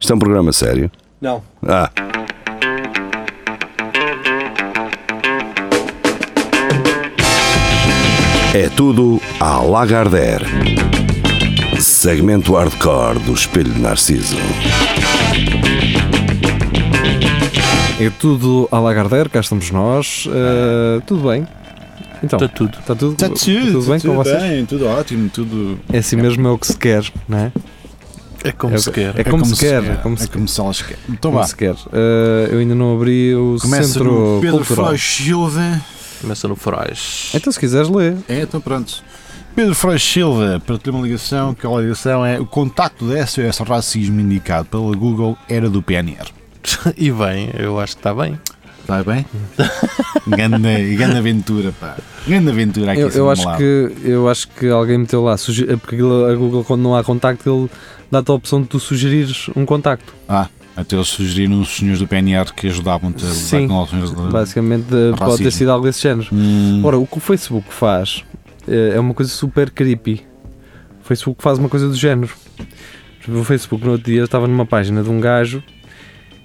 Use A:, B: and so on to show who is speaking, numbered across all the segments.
A: Isto é um programa sério.
B: Não.
A: Ah, é tudo à Lagardère. Segmento hardcore do Espelho de Narciso.
C: É tudo à Lagardère, cá estamos nós. Ah, tudo bem? Então,
D: Está tudo.
C: está tudo,
E: Está Tá tudo,
C: tudo bem
E: tudo
C: com vocês?
E: bem, tudo ótimo, tudo.
C: É assim mesmo, é o que se quer, não é?
D: É como
C: É-
D: se quer.
C: É como, se, quer, é como
E: é
C: se,
E: como se elas querem. Então
C: como
E: vá,
C: se quer. Ah, eu ainda não abri o
E: começa
C: centro
E: no Pedro
C: cultural.
E: Silva.
D: Começa no Forais.
C: Então, se quiseres ler,
E: É, então pronto. Pedro Frois Silva, para ter uma ligação, que a ligação é o contacto da SOS Racismo indicado pela Google era do PNR.
D: Então, E bem, eu acho que está bem.
E: Está Tá bem? grande, grande aventura, pá. Grande aventura aqui
C: eu,
E: em
C: eu, acho
E: Samalado.
C: que, eu acho que alguém meteu lá, suge- é porque aquilo- a Google, quando não há contacto, ele dá-te a opção de tu sugerires um contacto.
E: Ah, até eles sugeriram os senhores do PNR que ajudavam-te a
C: Sim,
E: lidar com alguns.
C: Basicamente, eh, pode
E: Racismo.
C: ter sido algo desse género.
E: Hum,
C: Ora, o que o Facebook faz eh, é uma coisa super creepy. O Facebook faz uma coisa do género. Tipo, O Facebook, no outro dia, eu estava numa página de um gajo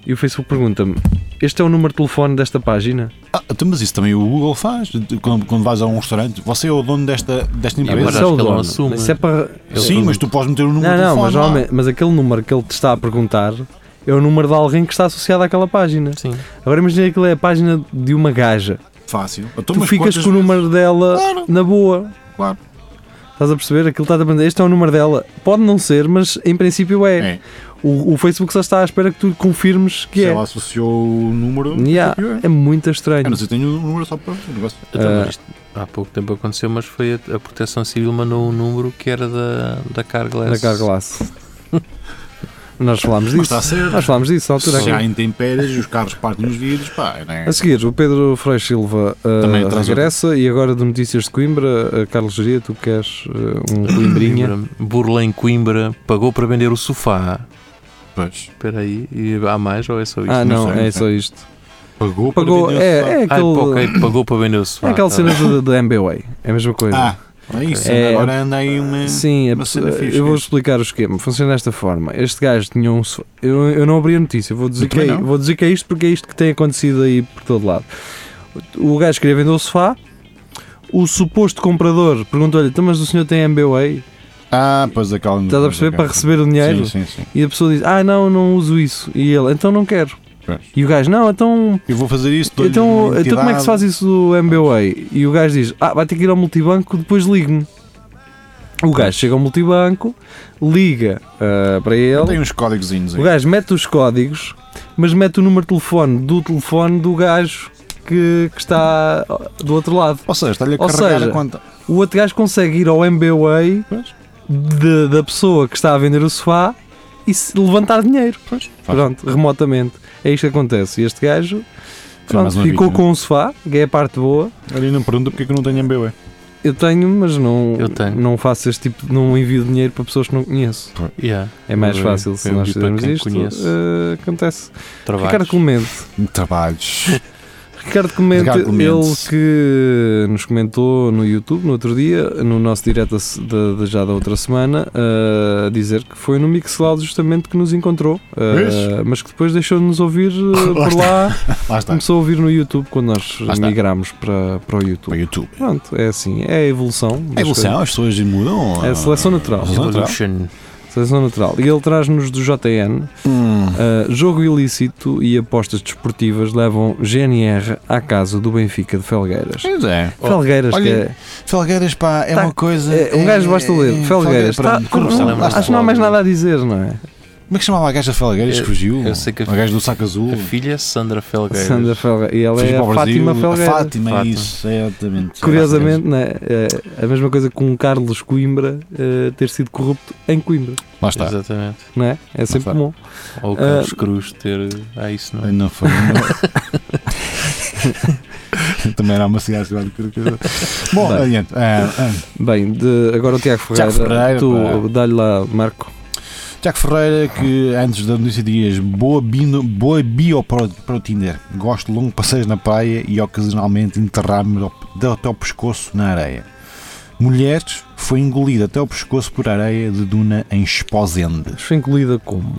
C: e o Facebook pergunta-me: Este é o número de telefone desta página?
E: ah, então, mas isso também o Google faz. de- Quando, quando vais a um restaurante, você é o dono desta, desta
D: mas
C: Esse
E: empresa.
D: acho
C: é o
D: que ele não
C: dono.
D: assume.
C: Mas isso é para.
D: Eu
E: Sim,
D: pergunto.
E: mas tu podes meter o número
C: Não,
E: de
C: não,
E: telefone.
C: mas,
E: lá.
C: normalmente- mas aquele número que ele te está a perguntar é o número de alguém que está associado àquela página.
D: Sim.
C: Agora imagina que aquilo é a página de uma gaja.
E: Fácil. Então,
C: tu
E: mas
C: ficas
E: quantas
C: com o
E: vezes-
C: número dela
E: Claro.
C: na boa.
E: Claro.
C: Estás a perceber? Aquilo está a aprender. Este é o número dela. Pode não ser, mas em princípio é.
E: É.
C: O, o Facebook só está à espera que tu confirmes que
E: Se
C: é.
E: ela associou o número.
C: Yeah,
E: eu-
C: é muito estranho.
E: Eu não sei, tenho um número só para o negócio.
D: Então,
C: Ah.
D: mas isto há pouco tempo aconteceu, mas foi a, a Proteção Civil mandou um número que era da, da
C: Na
D: Carglass.
C: Carglass. Nós falámos
E: Mas
C: disso.
E: está certo.
C: Nós falámos disso na altura.
E: Se há intempéries e os carros partem os vidros, pá, né?
C: A seguir, o Pedro Frei Silva uh,
E: Também traz
C: regressa e agora de Notícias de Coimbra, uh, Carlos Geria, tu queres uh, um Coimbrinha?
D: Coimbra, Burla em Coimbra pagou para vender o sofá.
E: Pois.
D: Espera aí, e há mais ou é só isto?
C: ah, não,
E: não sei,
C: é
E: não
C: só isto.
E: Pagou, para
C: Pagou,
E: vender o sofá.
C: é, é
D: Ah, pá,
C: aquele,
D: ok, pagou para vender o sofá.
C: é aquela
D: tá
C: cena
D: bem.
C: do- da MBWay, é a mesma coisa.
E: Ah, é isso.
C: É-
E: Agora anda aí uma.
C: Sim, é
E: Uma cena
C: possível.
E: fixe,
C: eu vou
E: é.
C: explicar o esquema. Funciona desta forma. Este gajo tinha um. so- Eu, eu não abri a notícia, vou dizer,
E: Eu
C: que é,
E: também não.
C: vou dizer que é isto porque é isto que tem acontecido aí por todo lado. O gajo queria vender o sofá. O suposto comprador perguntou-lhe: "Então, Mas o senhor tem MBWay?
E: Ah, pois aquela.
C: Estás a perceber? Para receber o dinheiro?
E: Sim, sim, sim.
C: E a pessoa diz: Ah, não, não uso isso. E ele: Então não quero.
E: Pois.
C: E o gajo: Não, então.
E: Eu vou fazer isso. dou-lhe
C: Então,
E: uma
C: então como é que se faz
E: entidade.
C: isso do MBWay? E o gajo diz: Ah, vai ter que ir ao multibanco, depois ligue-me. O gajo chega ao multibanco, liga ah, para ele.
E: Tem uns códigozinhos aí.
C: O gajo mete os códigos, mas mete o número de telefone do telefone do gajo que, que está ah, do outro lado.
E: Ou seja, está-lhe a
C: Ou
E: carregar
C: seja,
E: a conta.
C: O outro gajo consegue ir ao MBWay
E: Pois.
C: de- da pessoa que está a vender o sofá e se- levantar dinheiro.
E: Faz.
C: Pronto, remotamente. É isto que acontece. E este gajo pronto,
E: mais uma
C: ficou
E: vítima.
C: com o sofá, que é a parte boa.
E: Ali não pergunta porque é que eu não tenho MBA.
C: Eu tenho, mas não,
D: Eu tenho.
C: não faço este tipo, não envio dinheiro para pessoas que não conheço.
D: Ah, Yeah,
C: É mais
D: Eu-
C: fácil se
D: eu
C: nós
D: envio um para
C: fizermos
D: quem
C: isto.
D: conheço.
C: eh, acontece. Ricardo
D: trabalhos.
C: Clemente.
E: Trabalhos.
C: Ricardo Clemente,
E: Ricardo Clemente.
C: ele que nos comentou no YouTube no outro dia, no nosso direto da se- da- da- já da outra semana, eh, a dizer que foi no Mixcloud justamente que nos encontrou, eh,
E: Vês?
C: mas que depois deixou-nos ouvir eh,
E: Lá
C: por
E: está.
C: lá,
E: Lá está.
C: começou a ouvir no YouTube quando nós
E: Lá está.
C: migramos para, para o YouTube.
E: Para o YouTube.
C: Pronto, é assim, é a evolução.
E: É
C: das
E: evolução, as pessoas mudam.
C: É a seleção natural.
E: A seleção natural.
D: Evolution.
C: Seleção natural. E ele traz-nos do JN.
E: Hum.
C: uh, jogo ilícito e apostas desportivas levam GNR à casa do Benfica de Felgueiras.
E: Pois é.
C: Felgueiras, que
E: olha,
C: é,
E: Felgueiras, pá, é
C: Tá,
E: uma coisa.
C: é- Um gajo basta ler.
E: é-
C: Felgueiras. Tá-
E: pronto, corrupção.
C: não-
D: lembra-se
C: acho que não há
D: logo,
C: mais
D: não é?
C: nada a dizer, não é?
E: Como é que chamava a gaja de Felgueiras que
D: Eu-
E: fugiu?
D: eu sei que a-
E: O gajo do saco azul.
D: A filha é Sandra Felgueiras.
C: Uhum. Sandra Felgueiras. E ela
E: Fugiu
C: é
E: para o
C: a
E: Brasil.
C: Fátima
E: A
C: Felgueiras.
E: Fátima,
D: Fátima.
E: isso, é exatamente.
C: Curiosamente, não é? É a mesma coisa com o Carlos Coimbra uh, ter sido corrupto em Coimbra,
E: Lá está.
D: Exatamente.
C: não é? É sempre
E: está.
C: comum.
D: Ou o Carlos Cruz ter. Ah, isso não.
E: Não foi. Não. Também era uma cigarra cidade que eu queria. Bom,
C: Bem.
E: adiante. Ah, ah,
C: Bem, de- agora o Tiago Ferreira,
E: Tiago Ferreira,
C: tu
E: pá.
C: dá-lhe lá, Marco.
E: Tiago Ferreira, que antes da notícia dias, boa, bino, boa bio para o, para o Tinder. Gosto de longo passeios na praia e ocasionalmente enterrar-me ao- de- até o pescoço na areia. Mulheres foi engolida até o pescoço por areia de duna em Esposende.
C: Foi incluída como?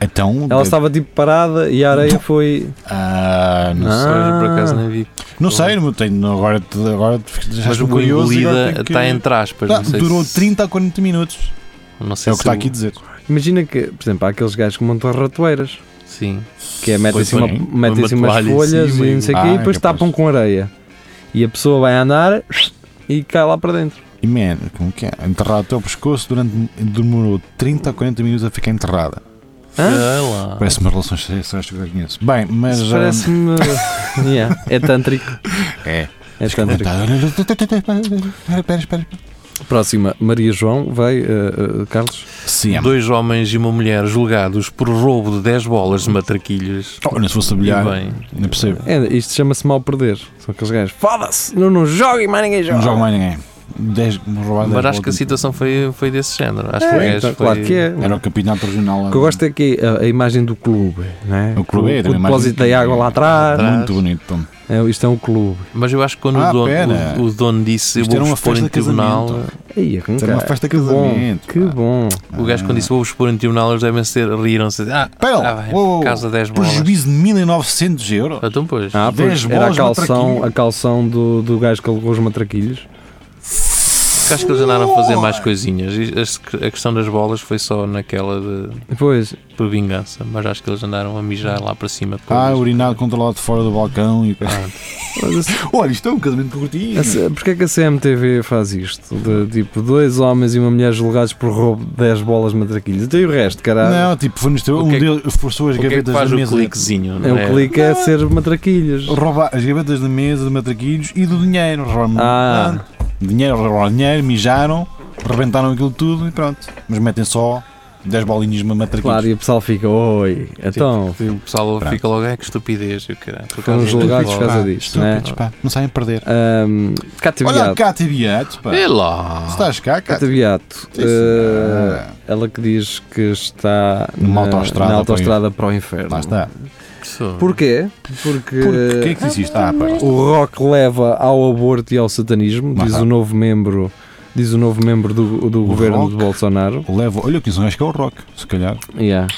E: Então,
C: Ela estava tipo parada e a areia foi.
E: Ah, não,
D: Não sei,
C: Ah.
D: por acaso nem vi.
E: não sei, não tenho, agora, agora já
D: Mas
E: estou
D: o
E: curioso. e agora
D: engolida
E: tenho que-
D: está entre aspas.
E: Tá,
D: não sei
E: durou
D: se,
E: 30 a 40 minutos.
D: Não sei
E: É o
D: se
E: que está aqui a dizer.
C: Imagina que, por exemplo, há aqueles gajos que montam ratoeiras,
D: Sim.
C: que é metem
D: Pois
C: assim, uma,
E: bem,
C: metem
D: uma
C: assim umas
D: toalha em
C: folhas
D: cima
C: e
D: e-
C: não sei o
E: Ah,
C: quê, e
E: é
C: depois
E: capaz.
C: tapam com areia. E a pessoa vai andar e cai lá para dentro.
E: E man, como que é? Enterrado até o pescoço durante. demorou 30 a 40 minutos a ficar enterrada.
C: Hã?
D: Sei lá.
E: Parece umas relações sexuais que eu conheço. Bem, mas.
C: Isso
E: ah,
C: Parece-me. Yeah, é tântrico.
E: É.
C: É tântrico.
E: Espera, espera, espera.
C: Próxima, Maria João vai, eh, eh, Carlos.
E: Sim, é.
D: Dois homens e uma mulher julgados por roubo de 10 bolas de matraquilhos.
E: Oh, não se fosse a
D: E
E: bilhar,
D: bem,
E: não percebo.
C: É, isto chama-se mal perder. São aqueles gajos. Foda-se! Não, não joguem, mais ninguém joga.
E: Não joga mais ninguém. 10 roubadas.
D: mas acho que a situação foi, foi desse género. Acho que o
C: É,
D: gajo
C: então,
D: foi-
C: claro que é.
E: Era o campeonato regional.
C: O que eu gosto é que a, a imagem do clube, né?
E: O clube é,
C: o,
E: a imagem
C: depósito
E: do-
C: da água lá atrás.
D: atrás.
E: Muito bonito, Tom.
C: É, isto é um clube.
D: Mas eu acho que quando
E: Ah,
D: o, dono,
E: pera.
D: o, o dono disse eu
E: Isto era
D: vou
E: uma
D: vos pôr em
E: festa de casamento.
D: tribunal,
C: Aí, com
E: Isso era uma
C: cara.
E: festa de
C: Que bom,
E: casamento.
C: que bom.
D: o gajo quando disse vou vos pôr em tribunal, eles devem ser, riram-se. Ah,
E: Pera Ah. lá.
D: ah, bem,
E: Uou, uou,
D: por causa de 10 bolas.
E: Prejuízo de 1900 euros.
D: Então, pois.
C: Ah,
E: Dez
C: pois, era a
E: bolas,
C: calção,
E: matraquilho.
C: a calção do, do gajo que alugou os matraquilhos.
D: Porque acho que eles andaram a fazer
E: Ah,
D: mais coisinhas. E as- A questão das bolas foi só naquela de,
C: Pois,
D: por vingança, mas acho que eles andaram a mijar lá para cima.
E: Ah,
D: depois.
E: urinado contra o lado de fora do balcão. E...
D: Ah.
C: mas a-
E: Olha, isto é um casamento que eu curti.
C: a C- porque é que a CMTV faz isto? De, tipo, dois homens e uma mulher julgados por roubo de 10 bolas de matraquilhos. Então, E o resto, caralho?
E: Não, tipo, forneceu,
D: O
E: um
D: que é que-
E: deles forçou as
D: o que é que
E: gavetas
D: faz
E: da
D: o
E: mesa.
D: cliquezinho?
C: é,
D: não
C: o clique é ser matraquilhos.
E: Rouba as gavetas da mesa, de matraquilhos e do dinheiro. Rouba-
C: Ah.
E: Dinheiro, roubaram dinheiro, mijaram, rebentaram aquilo tudo e pronto. Mas metem só 10 bolinhas de matraquilhos.
C: Claro, e é o pessoal fica, oi, então,
D: O pessoal
E: Pronto.
D: fica logo, é que estupidez. Eu, caralho, por é
C: Foram
D: causa disto.
C: julgados por causa
E: Pá,
C: disto, né?
E: estúpidos, pá, não sabem perder.
C: Um,
E: Olha
C: cativiado.
E: cá, Tibiato, pá.
D: É lá.
E: Estás cá, cá.
C: Cativiato.
E: Sim, senhora.
C: eh, ela que diz que está
E: Numa
C: na-
E: autoestrada
C: na
E: para o
C: autoestrada para o inferno.
E: Lá está.
D: Pessoa.
C: Porquê? Porque,
E: Por que é que disse isto? Ah, pá.
C: o rock leva ao aborto e ao satanismo,
E: Lá
C: diz
E: está.
C: o novo membro, diz o novo membro do, do governo
E: rock?
C: de Bolsonaro.
E: Levo, olha, eu conheço um gajo que é o rock, se calhar.
C: Yeah.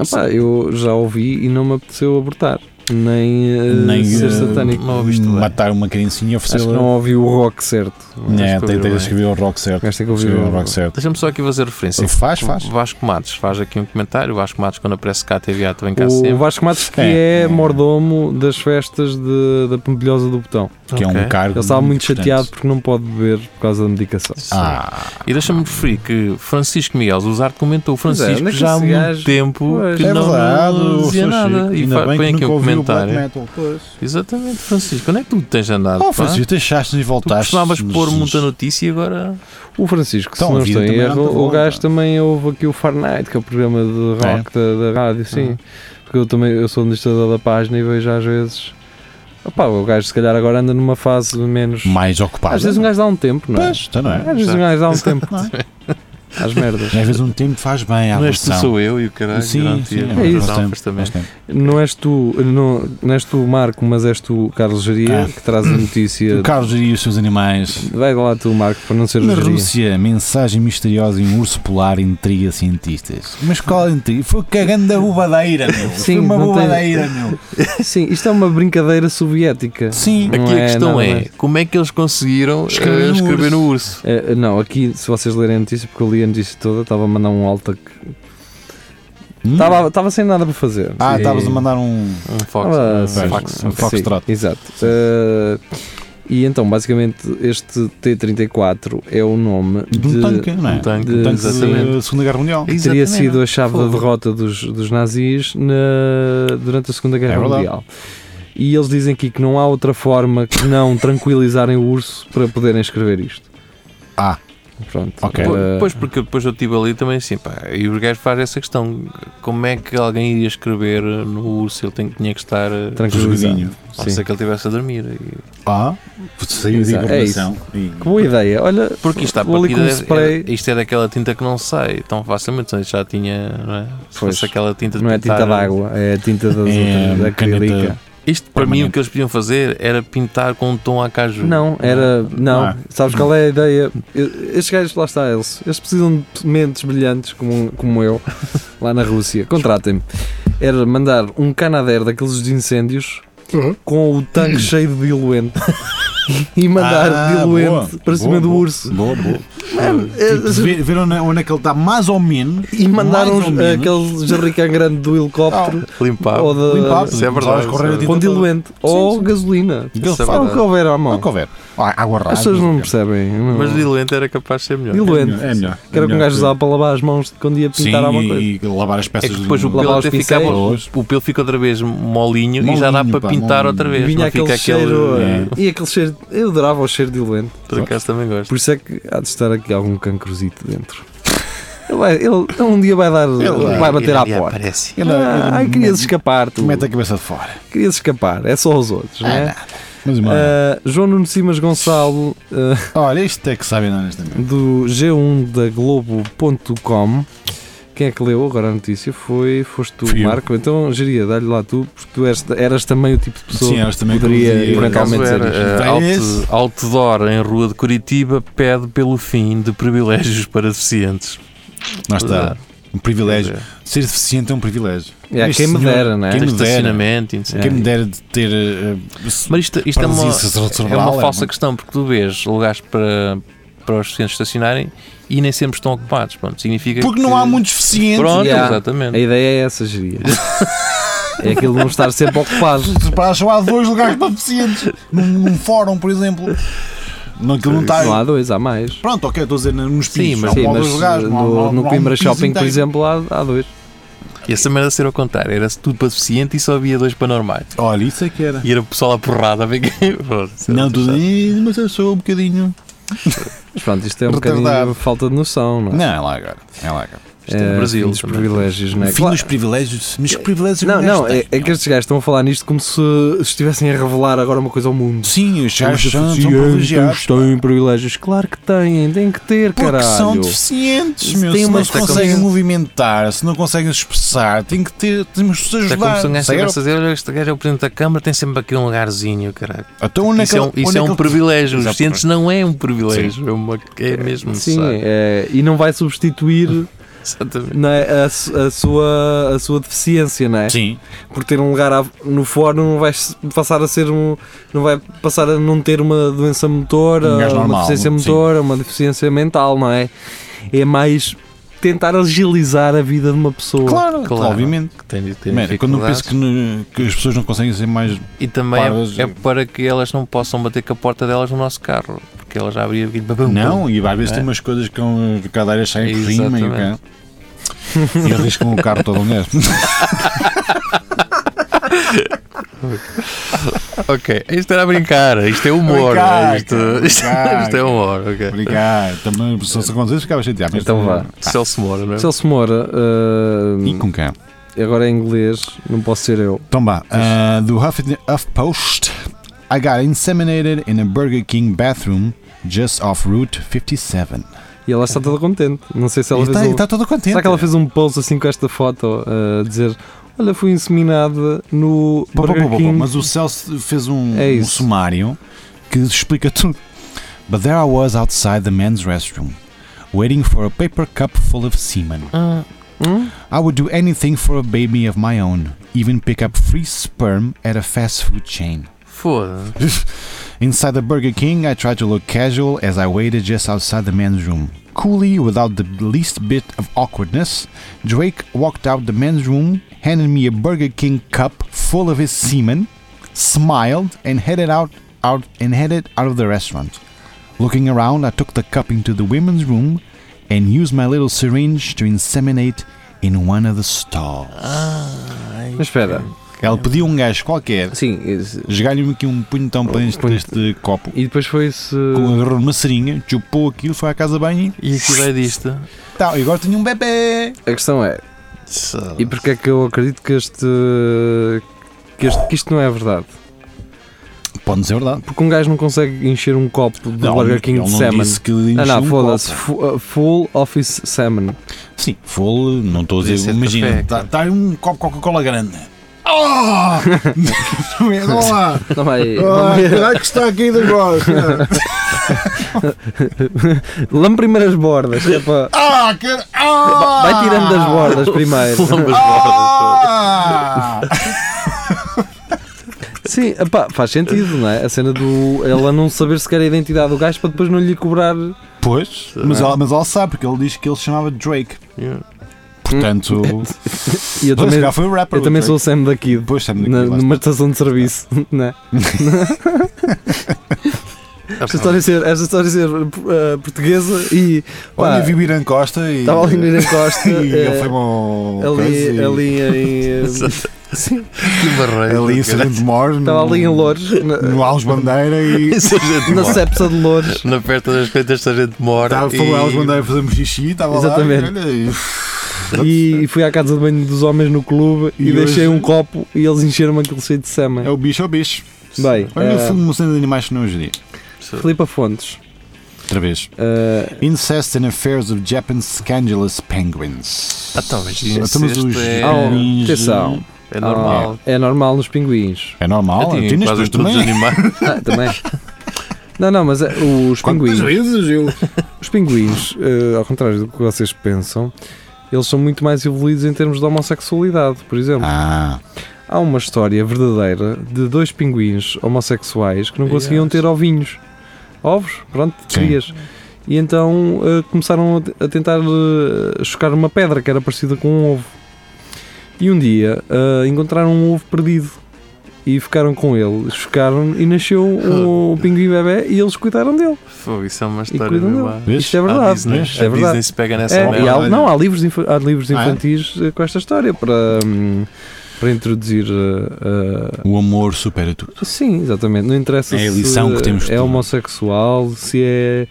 C: Epá, eu já ouvi e não me apeteceu abortar, nem, eh,
E: Nem,
C: ser
E: eh,
C: satânico.
D: Não ouviste bem.
E: Matar uma criancinha e
C: Acho que não
E: oferecê-la.
C: ouvi o rock certo.
D: Acho
E: É,
D: que
E: tem tem
D: ouviu
E: que
D: bem.
E: escrever o rock certo.
C: Acho que é ouvi
E: Escrever o
C: bem.
E: rock certo.
D: Deixa-me só aqui fazer referência.
E: Faz, faz.
D: O Vasco Matos faz aqui um comentário. O Vasco Matos, quando aparece cá, TV Ato, vem cá
C: O
D: sempre.
C: Vasco Matos, que é,
E: É.
C: mordomo das festas de- da Pampilhosa do Botão.
E: Que é um
D: Ok.
E: cargo.
C: Ele estava muito
E: importante.
C: chateado porque não pode beber por causa da medicação.
D: Sim.
E: Ah,
D: E deixa-me referir que Francisco Miguel Zuzar comentou.
C: Pois é,
D: Francisco
C: onde é que
D: já há
C: esse
D: muito
C: gajo-
D: tempo
C: Pois.
D: que
E: é
D: não,
E: verdade.
D: não
E: o
D: dizia
E: Sr.
D: nada.
E: Chico,
D: e
E: ainda
D: fa- põe
E: bem que
D: aqui
E: nunca
D: um
E: ouviu o black
D: comentário.
E: metal. Pois.
D: Exatamente, Francisco. Onde é que tu tens andado?
E: Oh,
D: pá?
E: Francisco, deixaste-nos e
D: Tu
E: voltaste.
D: costumavas pôr
E: Jesus.
D: muita notícia e agora.
C: O Francisco,
E: Então,
C: se não
E: a vida
C: estou em
E: também anda
C: erro, o
E: boa,
C: gajo
E: pá.
C: também ouve aqui o Far Night, que é o programa de
E: É? Ah.
C: rock da, da rádio, sim. Porque eu também eu sou administrador da página e vejo às vezes. Opá, o gajo se calhar agora anda numa fase menos.
E: Mais ocupado.
C: Às vezes um gajo dá um tempo, não é?
E: Pois, então não é?
C: Às vezes um
D: Exato.
C: gajo dá um tempo. Às merdas.
E: Às vezes um tempo faz bem à
D: Não és tu,
E: relação.
D: sou eu e o caralho.
E: Sim,
D: durante
E: sim,
D: a-
E: é
D: durante
C: isso.
D: a afastamento.
E: Faz tempo.
C: Não és tu, não, não és tu Marco, mas és tu Carlos Geria,
E: Ah.
C: que traz a notícia.
E: O Carlos e os seus animais.
C: Vai lá tu, Marco, para não ser
E: Na
C: geria.
E: Rússia, mensagem misteriosa em um urso polar intriga cientistas. Mas qual intriga? Foi cagando a bobadeira, meu.
C: Sim,
E: Foi uma
C: não tem-
E: bobadeira, meu.
C: Sim, isto é uma brincadeira soviética.
E: Sim.
C: Não
D: Aqui
C: é
D: a questão
C: nada
D: é,
C: mais.
D: como é que eles conseguiram eh,
E: Escrever
D: escrever,
E: no urso.
D: no urso?
C: Eh, não, aqui, se vocês lerem a notícia, porque eu li a notícia toda, estava a mandar um alta que.
E: Hum?
C: Estava estava sem nada para fazer.
E: Ah,
C: E-
E: estavas a mandar um.
D: Um fox.
C: Ah,
D: um
C: sim.
D: fox.
E: Um
D: ok.
E: fox.
C: Sim,
E: Foxtrot.
C: Exato. Eh, e então, basicamente, este T-34 é o nome
E: De um tanque, não é?
D: Um tanque,
C: de-
E: Tanque
D: exatamente.
E: da Segunda Guerra Mundial.
D: E-
C: teria
D: Exatamente.
C: sido a chave da
D: Fogo.
C: derrota dos, dos nazis na- durante a Segunda Guerra
E: É verdade.
C: Mundial. E eles dizem aqui que não há outra forma que não tranquilizarem o urso para poderem escrever isto.
E: Ah.
C: Pronto.
E: Ok.
C: Eh,
D: Po- Pois, porque depois eu estive ali também assim, pá, e os gajos fazem essa questão, como é que alguém iria escrever no urso, ele tem- tinha que estar, eh,
C: tranquilizar.
E: Jogadinho.
D: a não ser que ele estivesse a dormir. E-
E: Ah, saiu de
C: Exato, é
E: informação. e-
C: Que boa ideia. Olha,
D: Porque isto, à
C: vou ali com
D: partida,
C: um
D: é-
C: spray.
D: é- isto é daquela tinta que não sai tão facilmente, senão isto já tinha, não é? Se
C: Pois.
D: fosse aquela tinta de
C: Não é tinta
D: pintar-
C: d'água, é a tinta das
E: É,
C: outras, da
E: caneta
C: acrílica.
D: Isto para mim
E: Permanente.
D: o que eles podiam fazer era pintar com um tom a caju.
C: Não, era. Não.
E: Ah.
C: Sabes qual é a ideia? Eu- Estes gajos, lá está eles. Eles precisam de mentes brilhantes como, como eu, lá na Rússia. Contratem-me. Era mandar um canadair daqueles de incêndios com o tanque cheio de diluente e mandar
E: Ah,
C: diluente
E: boa.
C: para cima
E: Boa,
C: do
E: boa.
C: urso.
E: Boa, boa.
C: Mano,
E: Tipo,
C: é-
E: ver, ver onde, onde é que ele está, mais ou menos.
C: e mandar
E: mais
C: uns,
E: ou menos. Ah,
C: aquele jarrican grande do helicóptero
D: Limpar.
C: ou da-
E: Limpar.
D: Isso é verdade.
E: Só escorrer
D: isso
E: a
D: é
E: tinta.
C: com
E: Sim,
C: diluente ou gasolina.
E: Ele
D: Isso é
E: fala
C: Só o que
D: verdade.
C: houver à mão.
E: O que houver. Ah, Água rasa.
C: As pessoas não percebem. não-
D: Mas diluente era capaz de ser melhor.
E: É
C: Diluente.
E: melhor. É melhor.
C: Que era
E: É
C: que um
E: melhor
C: gajo usava para lavar as mãos quando ia pintar alguma
E: Sim,
C: coisa.
E: e, e lavar as
D: É
E: peças
D: que depois o
E: do-
D: pelo
C: Lavar os
D: até ficava,
C: pincéis.
D: o pelo fica outra vez molinho, e já dá
E: Molinho,
D: para
E: pá,
D: pintar
E: molinho.
D: outra vez.
C: Vinha
D: não
C: aquele
D: fica
C: cheiro.
D: assim aquele.
C: E aquele cheiro. Eu adorava o cheiro diluente.
D: Por acaso também gosto.
C: Por isso é que há de estar aqui algum cancrozito dentro. Ele, vai- ele- ele um dia vai dar.
E: Ele
C: vai bater à
D: E
C: porta.
D: aparece.
E: Ele- é-
C: Ah,
E: ele
C: ai,
E: mete-
C: querias escapar, tu.
E: Mete a cabeça de fora.
C: Querias escapar. É só os outros, não é?
E: Mas, mano,
C: Ah, João Nuno Simas Gonçalo, ah,
E: olha, isto é que sabem honestamente.
C: do G1 da Globo.com. Quem é que leu agora a notícia? Foi, foste tu,
E: Fui eu.
C: Marco. Então, Geria, dá-lhe lá tu, porque tu és- eras também o tipo de pessoa
E: Sim, elas também
C: poderia
E: que eu
D: Por
E: dizia-
D: acaso
C: eventualmente- Realmente
D: era,
E: sério.
D: eh, out-
E: Tem
D: outdoor em rua de Curitiba pede pelo fim de privilégios para deficientes.
E: Lá está. Um privilégio.
D: Quer dizer,
E: Ser deficiente é um privilégio.
C: É,
E: Este
C: quem me
E: senhor-
C: dera, não é?
E: Quem
D: tem
E: me dera.
D: estacionamento e não sei o
E: Quem
D: quê.
E: me dera de ter. eh, se-
D: Mas isto, isto é, uma,
E: Paralisia cerebral,
D: é uma
E: é
D: falsa
E: uma-
D: questão, porque tu vês lugares para, para os deficientes estacionarem e nem sempre estão ocupados. Pronto, significa
E: Porque não
D: que-
E: há muitos deficientes.
D: Pronto,
C: Yeah. A
D: exatamente.
C: ideia é essa, geria. é aquilo de não estar sempre ocupado.
E: Se reparas, só há dois lugares para deficientes. Num, num fórum, por exemplo. Não, aquilo não
C: Não há
E: está.
C: dois, há mais.
E: Pronto, ok, estou a dizer nos
D: Sim,
E: pisos.
D: mas-
E: há
C: Sim,
E: há
C: mas eh,
E: dois lugares, não há- não
C: no,
E: há-
C: no
E: não há um
C: Coimbra
E: piso
C: Shopping, por
E: inteiro.
C: exemplo, há, há dois.
D: E essa merda ser ao contrário, era tudo para deficiente e só havia dois para normais.
E: Olha, isso é que era.
D: E era o pessoal à porrada a ver quem. Pronto,
C: é
D: isso era
E: Não,
D: muito
E: tu
D: chato.
E: "Ih, mas eu sou um bocadinho.
C: Mas pronto, isto é um
E: Retardado.
C: bocadinho falta de noção, não é? Eh,
E: Não, é lá agora. É lá agora.
D: Isto é no Brasil
C: fim dos
D: também.
C: privilégios, não é?
E: Fim dos privilégios. Mas que privilégios
C: Não,
E: que
C: não, é,
E: gajos
C: é
E: têm,
C: que estes gajos estão a falar nisto como se estivessem a revelar agora uma coisa ao mundo.
E: Sim, os
C: Os
E: gajos são, são
C: deficientes
E: privilegiados.
C: têm privilégios. Claro que têm, têm que ter,
E: Porque
C: caralho.
E: são deficientes,
C: Isso
E: meu.
C: tem
E: Se
C: uma
E: não se
C: esta
E: conseguem
C: coisa-
E: movimentar, se não conseguem se expressar, tem que ter, temos que se
D: Está como
E: ajudar.
D: se um gajo
E: Sério?
D: estivesse a dizer, "Olha, este gajo é o presidente da Câmara, tem sempre aqui um lugarzinho, caralho.
E: Então, onde é
D: Isso
E: que-
D: é um, isso
E: onde
D: é
E: que
D: um
E: ele-
D: privilégio. Os
E: Exato.
D: deficientes não é um privilégio, é, uma, é mesmo
C: Sim,
D: necessário.
C: é, e não vai substituir
D: Exatamente.
C: não é, a, su- a sua, a sua deficiência, não é?
E: Sim,
C: Por ter um lugar à- no fórum não vai s- passar a ser um. não vai passar a não ter uma doença motora,
E: Um gajo
C: uma
E: normal,
C: deficiência
E: sim.
C: motora, uma deficiência mental, não é? É mais tentar agilizar a vida de uma pessoa.
E: claro,
D: Claro.
E: obviamente.
D: Tem de ter
E: Man, quando eu
D: dificuldades.
E: penso que, no- que as pessoas não conseguem ser mais.
D: E também é-
E: Parvas.
D: é, para que elas não possam bater com a porta delas no nosso carro, porque elas já abriam aquilo. bum, bum, bum.
E: Não, e às vezes
D: É.
E: tem umas coisas que um- que cadeiras saem por cima e o carro.
D: Exatamente.
E: E arriscam o carro todo um gajo.
D: Ok, isto era a brincar, isto é humor.
E: Brincar,
D: isto,
E: cara,
D: isto-
E: brincar.
D: isto é humor, ok.
E: Obrigado. Também, se isso acontecesse, ficava chateado. mas
C: Então
E: também-
C: vá.
D: Celso Moura, não é?
C: Celso Moura, ah,
E: E com quem?
C: agora é inglês, não posso ser eu.
E: Então vá, uh, do Huffington- HuffPost. I got inseminated in a Burger King bathroom just off Route 57.
C: E ela está toda contente. Não sei se
E: E
C: ela fez
E: está,
C: um-
E: está toda contente.
C: Será que ela fez um post assim com esta foto eh, a dizer: Olha, fui inseminada no
E: Pô, pô, pô,
C: Burger
E: pô, pô,
C: King.
E: Mas o Celso fez um,
C: É
E: um
C: isso.
E: sumário que explica tudo. But there I was outside the men's restroom, waiting for a paper cup full of semen.
D: Ah,
C: Hum?
E: I would do anything for a baby of my own, even pick up free sperm at a fast food chain.
D: Foda-se.
E: Inside the Burger King, I tried to look casual as I waited just outside the men's room. Coolly, without the least bit of awkwardness, Drake walked out the men's room, handed me a Burger King cup full of his semen, smiled, and headed out, out and headed out of the restaurant. Looking around, I took the cup into the women's room and used my little syringe to inseminate in one of the stalls.
D: Ai,
C: Mas espera,
E: Ela pediu um gajo qualquer,
C: sim. isso-
E: esgalho-me aqui um punhetão para este,
C: Punho-
E: este copo.
C: E depois foi-se.
E: com um agarrou numa seringa, chupou aquilo, foi à casa bem
D: E aquilo é disto.
E: e tal. E agora tenho um bebê.
C: A questão é: e porque é que eu acredito que este. que, este- que isto não é verdade?
E: Pode ser verdade.
C: Porque um gajo não consegue encher um copo de Burger King
E: ele
C: de
E: não
C: salmon.
E: disse que lhe
C: Ah,
E: encheu
C: não,
E: um
C: foda-se.
E: copo.
C: fu- uh, Full Office Salmon.
E: Sim, foi, não estou a
D: Podia
E: dizer,
D: ser
E: imagina,
D: café,
E: está
D: cara.
E: tá aí um copo de Coca-Cola grande. Oh! Não é, não há.
C: Toma aí.
E: Ah, caralho que está aqui do gosto.
C: Lame primeiro as bordas. que é para-
E: Ah, cara. Ah!
C: Vai tirando das bordas primeiro.
D: Ambas bordas.
E: Ah!
C: Sim, epá, faz sentido, não é? A cena do ela não saber sequer a identidade do gajo para depois não lhe cobrar.
E: Pois, mas ela, mas ela sabe, porque ele diz que ele se chamava Drake.
D: Yeah.
E: Portanto,
C: E eu
E: pois,
C: também,
E: já foi o rapper.
C: eu também
E: o
C: sou o
E: Drake.
C: Sam da Kid.
E: Pois, é Sam
C: Na,
E: Nicholas, lá
C: numa estação de serviço, não é? Esta história ser, esta história ser eh, portuguesa e.
E: está.
C: pá,
E: Olha, vi o Irã Costa e.
C: Estava ali no Irã Costa.
E: e ele
C: eh,
E: foi uma
C: ali,
E: coisa
C: ali em. eh,
D: Sim. Que
E: e,
D: barreira.
E: ali em Serente Mor.
C: Estava ali em Louros.
E: No
C: Na,
E: Alves Bandeira e.
C: na Cepsa de Louros.
D: Na festa das coitas esta gente mora.
E: Estava, foi o Alves Bandeira a fazer um xixi, estava lá.
C: Exatamente.
E: e olha, e-
C: E fui à casa de banho dos homens no clube e,
E: E
C: deixei
E: hoje-
C: um copo e eles encheram-me aquilo cheio de
E: É
C: sema.
E: o bicho, é o bicho.
C: Bem,
E: Olha
C: eh,
E: o filme Mostrando Animais que não os dias.
D: é
C: Filipa Fontes.
E: Outra vez.
C: eh,
E: Incest and Affairs of Japan's Scandalous Penguins.
D: Ah, então, mas
E: Então, mas
D: incesto
E: os-
D: é-
E: Ah,
C: oh, atenção.
D: É normal.
C: É normal nos pinguins.
E: É normal,
D: Eu tinha
E: Tinas,
D: quase
E: tu
D: todos os
E: também.
D: animais.
C: Ah, também. Não, não, mas eh, os
E: Quantas
C: pinguins.
E: vezes eu.
C: Os pinguins, eh, ao contrário do que vocês pensam, eles são muito mais evoluídos em termos de homossexualidade, por exemplo.
E: Ah,
C: Há uma história verdadeira de dois pinguins homossexuais que não
D: Yes.
C: conseguiam ter ovinhos. Ovos, pronto,
E: Sim.
C: crias. E então eh, começaram a te- a tentar eh, chocar uma pedra que era parecida com um ovo. E um dia eh, encontraram um ovo perdido e ficaram com ele, chocaram e nasceu um, pinguim bebê e eles cuidaram dele.
D: Fogo, isso é uma
C: E
D: história
C: cuidam dele.
D: normal.
E: Vês? né?
C: Isto é
D: A
C: verdade.
D: Disney,
E: vês?
C: Isto é
D: a
C: verdade.
D: Disney se pega nessa
C: É,
D: merda.
C: e há,
E: olha.
C: não, há livros, infa- há livros
E: Ah, é?
C: infantis eh, com esta história para, hum, para introduzir. eh, eh,
E: o amor supera tudo.
C: sim, exatamente. Não interessa
E: É a
C: se
E: lição que temos de
C: é
E: tudo.
C: homossexual, se é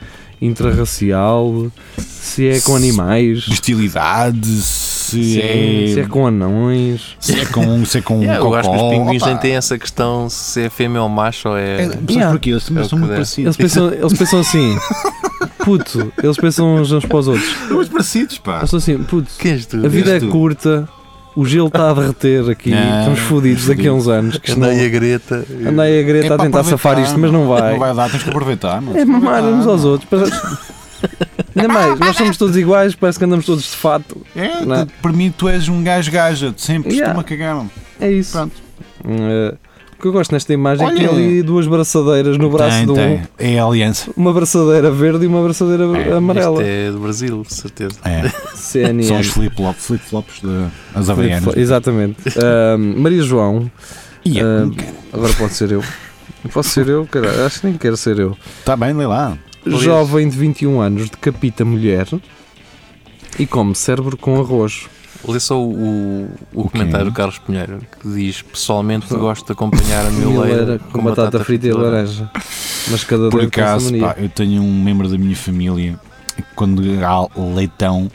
C: intrarracial, se é com
E: Se-
C: animais,
E: Hostilidade, se
C: sim, se é
E: é.
C: com anões.
E: Se é com, se é com um
D: Yeah, eu acho que os
E: cocó,
D: pinguins
E: opa.
D: nem têm essa questão se é fêmea ou macho ou é.
E: É, sabes
C: Yeah.
E: porquê? Eles
D: É o
E: são
D: que
E: muito
D: der.
E: parecidos.
C: Eles pensam, eles pensam assim, puto, eles pensam uns uns para os outros.
E: São muito parecidos, pá.
C: Eles são assim, puto,
D: que és tu?
C: a vida é
E: tu.
C: curta, o gelo está a derreter aqui,
E: Não,
C: estamos fodidos daqui a uns anos. Que isto não-
D: Andei a Greta. eh,
C: Anda aí a Greta
E: É
C: a
E: para
C: tentar safar
E: aproveitar,
C: isto, mas não vai.
E: Não vai dar, tens que aproveitar, mano.
C: É mamar uns aos
E: Ah,
C: outros. parece- Ainda mais, nós somos todos iguais, parece que andamos todos de fato.
E: É,
C: Não.
E: tu- para mim tu és um gajo gaja, tu sempre
C: Yeah.
E: costuma cagar.
C: É isso.
E: Pronto.
C: Hum, eh, o que eu gosto nesta imagem é que
E: Olha.
C: tem ali duas braçadeiras no braço
E: Tem,
C: de um.
E: tem. É a aliança.
C: Uma braçadeira verde e uma braçadeira
E: É,
C: amarela.
D: Isto é do Brasil, de certeza.
E: É.
C: CNN.
E: São os flip-flop- flip-flops de- das
C: Flip-
E: havaianas. é,
C: flop, Exatamente. Ah, Maria João.
E: Yeah.
C: ah, agora pode ser eu. Posso ser eu? Caralho, acho que nem quero ser eu.
E: Tá bem, lê lá.
D: Pois.
C: Jovem de 21 anos decapita mulher e come cérebro com arroz.
D: Lê só o, o, o
E: O quê?
D: comentário do Carlos Pinheiro que diz: Pessoalmente gosto de acompanhar a mileira
C: com, batata, frita e laranja. Mas cada
E: Por
C: dedo com sua
E: acaso,
C: mania.
E: pá, eu tenho um membro da minha família que quando há leitão,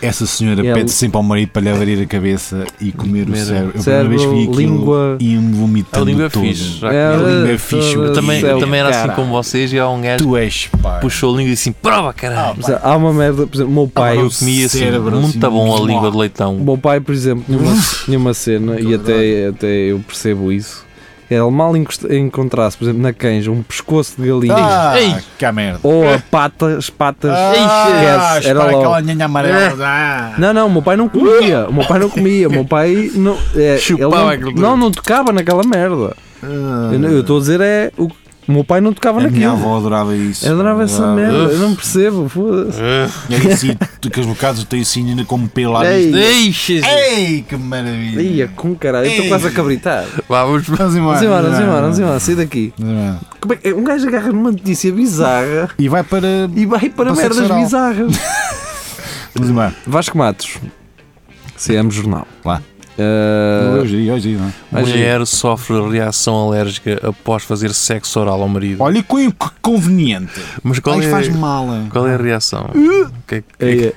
E: essa senhora
C: Ela-
E: pede sempre ao marido para lhe abrir a cabeça e comer o
D: Comer.
E: cérebro. Eu a primeira
C: Cérebro,
E: vez que vi aquilo
C: língua.
E: e me vomitando
D: A língua é
E: todo.
D: fixe. Já
C: É,
E: A
D: comi.
E: língua é
C: Ah,
E: fixe.
C: toda-
D: eu também, eu
C: Céu,
D: também era assim
E: cara.
D: como vocês e há um gajo
E: Tu és, pá.
D: que puxou a língua e assim: Prova, caralho!
C: Por exemplo, Há uma merda, por exemplo, o meu pai,
E: Ah,
D: eu
E: o
D: comia assim,
E: cérebro,
D: muito
E: assim,
D: bom a
E: muito
D: língua
E: bom.
D: de leitão.
C: o meu pai, por exemplo, tinha uma, tinha uma cena e até, até eu percebo isso. Ele mal encosta- encontrasse, por exemplo, na canja, um pescoço de galinha
E: Ah,
D: Ei.
E: que a merda.
C: ou a pata, as patas,
E: Ah,
C: esquece, era
E: espera
C: logo. É.
E: aquela nhanha amarela. Ah.
C: Não, não, o meu pai não comia, o meu pai não comia, o meu pai não, é, ele
D: Chupava aquilo
C: não,
D: tudo.
C: não, não tocava naquela merda. Eu não- Eu estou a dizer é, o, o meu pai não tocava
E: A minha
C: naquilo.
E: avó adorava isso.
C: Eu adorava essa
E: Adorava.
C: merda, eu não percebo, foda-se.
D: Ah,
E: E aí, sim, tu- que os bocados do teicinho ainda como pelo lá
C: Ei.
E: disto.
D: Deixa-se!
E: Ei, que maravilha.
C: Ia com caralho, eu estou
E: Ei.
C: quase a cabritar.
D: Vamos.
E: Vamos embora.
C: Vamos embora, vamos embora, vamos embora, sai daqui.
E: Vamos embora.
C: Como é que- um gajo agarra numa notícia bizarra
E: E vai para.
C: e vai para
E: Passa
C: merdas
E: geral.
C: bizarras.
E: Vamos embora.
C: Vasco Matos, CM Jornal.
E: Lá.
C: Ah,
E: Hoje, aí, hoje, aí, não é?
C: Mas
D: Mulher sofre reação alérgica após fazer sexo oral ao marido.
E: Olha, que que conveniente.
D: Mas qual
E: Aí faz
D: é,
E: mal.
D: qual é a reação? Que é que-
C: é-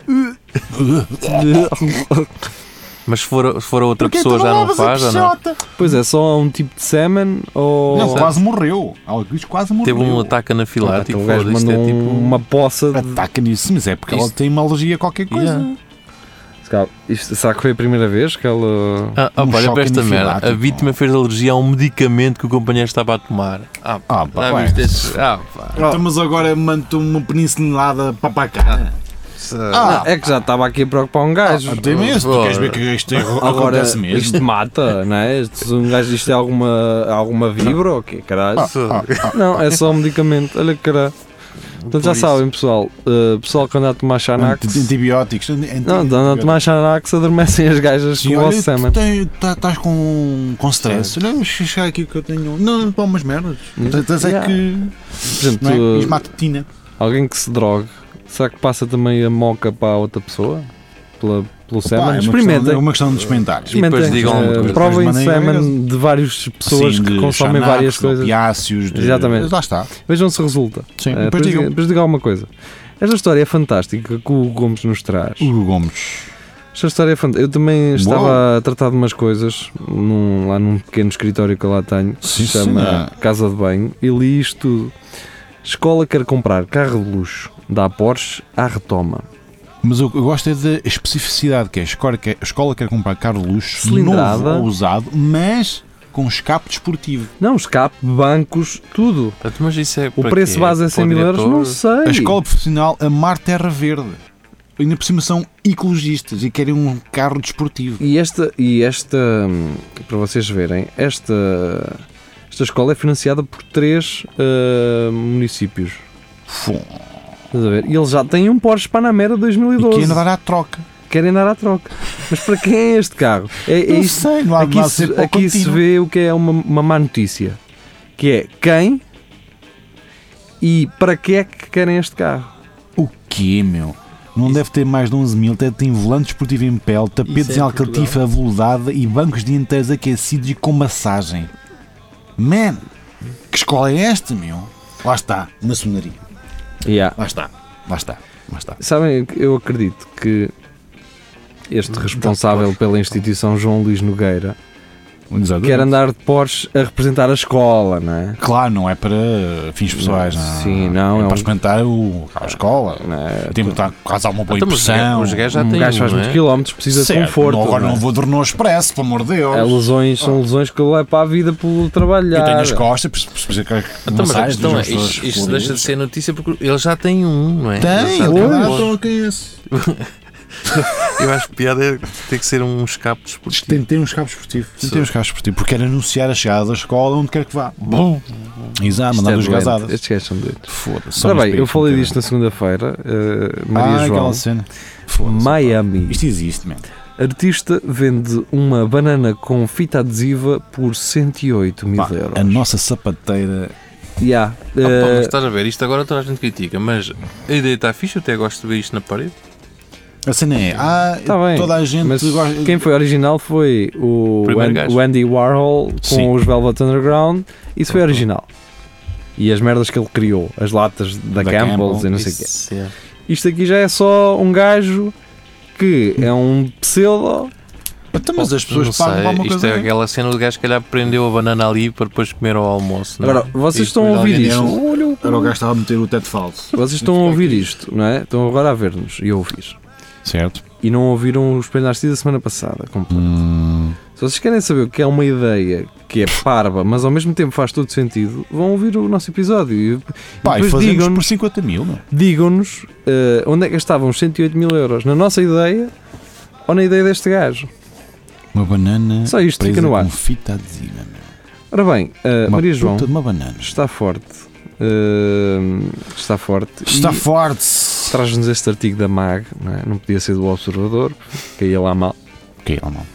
D: Mas se for, se for a outra
E: Porquê tu
D: pessoa já não
E: lavas é, a
D: faz, ou não?
E: peixota?
C: pois é, só há um tipo de semen ou.
E: Não, quase morreu. Algo diz quase morreu.
D: Teve um ataque
C: Ah,
D: anafilático.
C: então
E: tipo,
C: o gajo
D: foda-se, isto
C: mandou
D: é tipo.
C: uma poça de.
E: Ataca nisso, mas é porque ela
D: Isto-
E: tem uma alergia a qualquer coisa.
D: Yeah.
C: Se calhar- isto- será que foi a primeira vez que ela.
D: Ah, ah,
E: Um
D: pá, olha
E: choque
D: para esta merda. A
E: anafilático,
D: vítima fez alergia a um medicamento que o companheiro estava a tomar. Ah, pá.
E: Ah, pá,
D: já
E: bem.
D: viste
C: é.
D: estes- ah, pá.
E: Então, mas agora mando uma penincelada para para cá. Ah.
C: Não, é que já estava aqui a preocupar um gajo.
E: Até ah, mesmo, tu queres ver que isto é-
C: Agora,
E: acontece mesmo?
C: isto mata, não é? Isto, um gajo, isto é alguma, alguma vibra ou quê, caralho?
E: Ah,
C: Não, é só um medicamento, olha que caralho. Então já
D: Por isso.
C: sabem, pessoal, eh, pessoal que anda a tomar Xanax,
E: Anti- Antibióticos.
C: não, anda a tomar Xanax, adormecem as gajas com
E: Sim,
C: o
E: olha, tá-
C: Alzheimer.
E: estás com, com stress. Olha, vou chegar aqui que eu tenho. Não, não para umas merdas.
C: É. Hum.
E: Tens é
C: Yeah.
E: que.
C: Por exemplo,
E: Não é?
C: eh,
E: Esmatotina.
C: alguém que se drogue, será que passa também a moca para a outra pessoa? Pela, pelo
E: Pá,
C: semen?
E: é uma questão- É
C: Experimentem.
E: uma questão de experimentar.
D: E depois digam
C: eh,
D: alguma coisa.
C: provem
E: Depois mandem
C: semen de várias pessoas
E: Sim,
C: que
E: de
C: consomem
E: Xanax,
C: várias
E: de
C: coisas.
E: opiáceos, de-
C: Exatamente.
E: Lá está.
C: Vejam se resulta.
E: Sim,
C: Eh,
E: depois digam.
C: depois diga alguma coisa. Esta história é fantástica que o Gomes nos traz.
E: Hugo Gomes.
C: Esta história é fantástica. Eu também estava a tratar de umas coisas num- lá num pequeno escritório que eu lá tenho, que se
E: Sim,
C: chama
E: senhora.
C: Casa de Banho, e li isto tudo. Escola quer comprar carro de luxo, dá Porsche à retoma.
E: Mas eu, eu gosto é da especificidade que é. A escola quer, a escola quer comprar carro de luxo,
C: Cilindrada.
E: novo ou usado, mas com escape desportivo.
C: Não, escape, bancos, tudo.
D: Então, Mas isso é
C: O
D: para
C: preço
D: quê?
C: base é
D: Para
C: 100
D: o
C: mil euros?
D: diretor?
C: Não sei.
E: A escola profissional Amar Terra Verde. Ainda por cima são ecologistas e querem um carro desportivo.
C: E esta, e esta, hum, para vocês verem, esta, esta escola é financiada por três ah, municípios.
E: Fum.
C: Estás a ver? E eles já têm um Porsche Panamera
E: E
C: 2012.
E: querem dar à troca.
C: Querem dar à troca. Mas para quem é este carro? É, é
E: não
C: isto-
E: sei, não há
C: aqui
E: não há
C: se,
E: sempre para o
C: aqui se
E: contínuo.
C: vê o que é uma, uma má notícia. Que é quem e para que é que querem este carro?
E: O quê, meu? Não deve ter mais de 11 mil, até tem volante esportivo em pele, tapetes
D: Isso é
E: em
D: em
E: alcatifa aveludada e bancos dianteiros aquecidos e com massagem. Man, que escola é esta, meu? Lá está, maçonaria.
C: Yeah.
E: Lá está, lá está, lá está.
C: Sabem, eu acredito que este responsável pela instituição, João Luís Nogueira, quer andar de Porsche a representar a escola, não é?
E: Claro, não é para fins pessoais, não.
C: Sim, não, é
E: É, para
C: um-
E: experimentar o, a escola.
C: Não é?
E: Tem que estar quase alguma boa
D: Então, mas os gajos-
E: impressão.
D: os gajos já
C: Um
D: têm
C: gajo faz
D: um,
C: muitos
D: é?
C: quilómetros, precisa
E: Certo,
C: de conforto.
E: não, agora
C: não é?
E: não vou de Renault Expresso, pelo amor de Deus.
C: É, lesões, são lesões que eu levo para a vida pelo trabalhar.
E: Eu tenho as costas, por- por é por- por-
D: Então, mas a
E: massagens,
D: questão é,
E: as pessoas
D: isto, isto
E: coloridas.
D: deixa de ser notícia porque ele já tem um, não é? Ele
E: Tem,
D: já
E: tem
D: um
E: lá,
D: Porsche.
E: então, quem é esse?
D: Eu acho que piada é ter que ser um escape desportivo.
E: Tem, tem uns cabos esportivos. Tem, tem uns cabos esportivos, porque quer anunciar a chegada da escola onde quer que vá. Bom. Exato,
C: Isto é
E: mandar nos
C: doente,
E: gazadas.
C: Estes gajos são doentes.
E: Foda-se.
C: Ora bem, eu falei disto na segunda-feira. eh, Maria
E: ah,
C: João,
E: aquela cena. Foda-se.
C: Miami.
E: Isto existe, man.
C: Artista vende uma banana com fita adesiva por 108 mil
E: Pá,
C: euros.
E: a nossa sapateira.
C: Yeah,
D: Ah, pá, mas
C: eh,
E: tá-
D: estás a ver, isto agora toda a gente critica, mas a ideia está fixe, eu até gosto de ver isto na parede.
E: A cena é. Ah,
C: Tá bem,
E: toda a gente
C: mas
E: gosta.
C: quem foi original foi o,
D: Primeiro
C: An-
D: gajo.
C: o Andy Warhol com
E: Sim.
C: os Velvet Underground. Isso foi original. E as merdas que ele criou, as latas da,
E: Da
C: Campbell's
E: Campbell,
C: e não sei o
D: é.
C: quê. Isto aqui já é só um gajo que é um pseudo.
E: Então, mas as pessoas
D: não
E: pagam
D: sei,
E: para alguma
D: isto
E: coisa.
D: é aquela cena do gajo que calhar prendeu a banana ali para depois comer ao almoço. não é?
C: Agora, vocês
D: E
C: estão a
D: depois alguém-
C: ouvir isto.
E: alguém-
C: Olha o-
E: Era o gajo que estava a meter o teto falso.
C: Vocês estão a ouvir isto, não é? Estão agora a ver-nos e a ouvir.
E: Certo.
C: E não ouviram o Espelho Narciso da semana passada. completo.
E: Hum,
C: Se vocês querem saber o que é uma ideia que é parva, mas ao mesmo tempo faz todo sentido, vão ouvir o nosso episódio. E
E: pá, e
C: depois
E: fazemos
C: digam-nos
E: por 50 mil, não?
C: digam-nos, eh, onde é que gastavam os 108 mil euros? Na nossa ideia ou na ideia deste gajo?
E: Uma banana.
C: Só isto fica
E: presa
C: no ar.
E: Com fita adesiva, meu.
C: Ora bem, eh,
E: Uma
C: Maria
E: puta
C: João
E: de uma banana.
C: está forte. eh, está forte.
E: Está
C: e
E: forte.
C: Traz-nos este artigo da MAG, não, é? Não podia ser do Observador, caía lá mal.
E: Ok, ou não?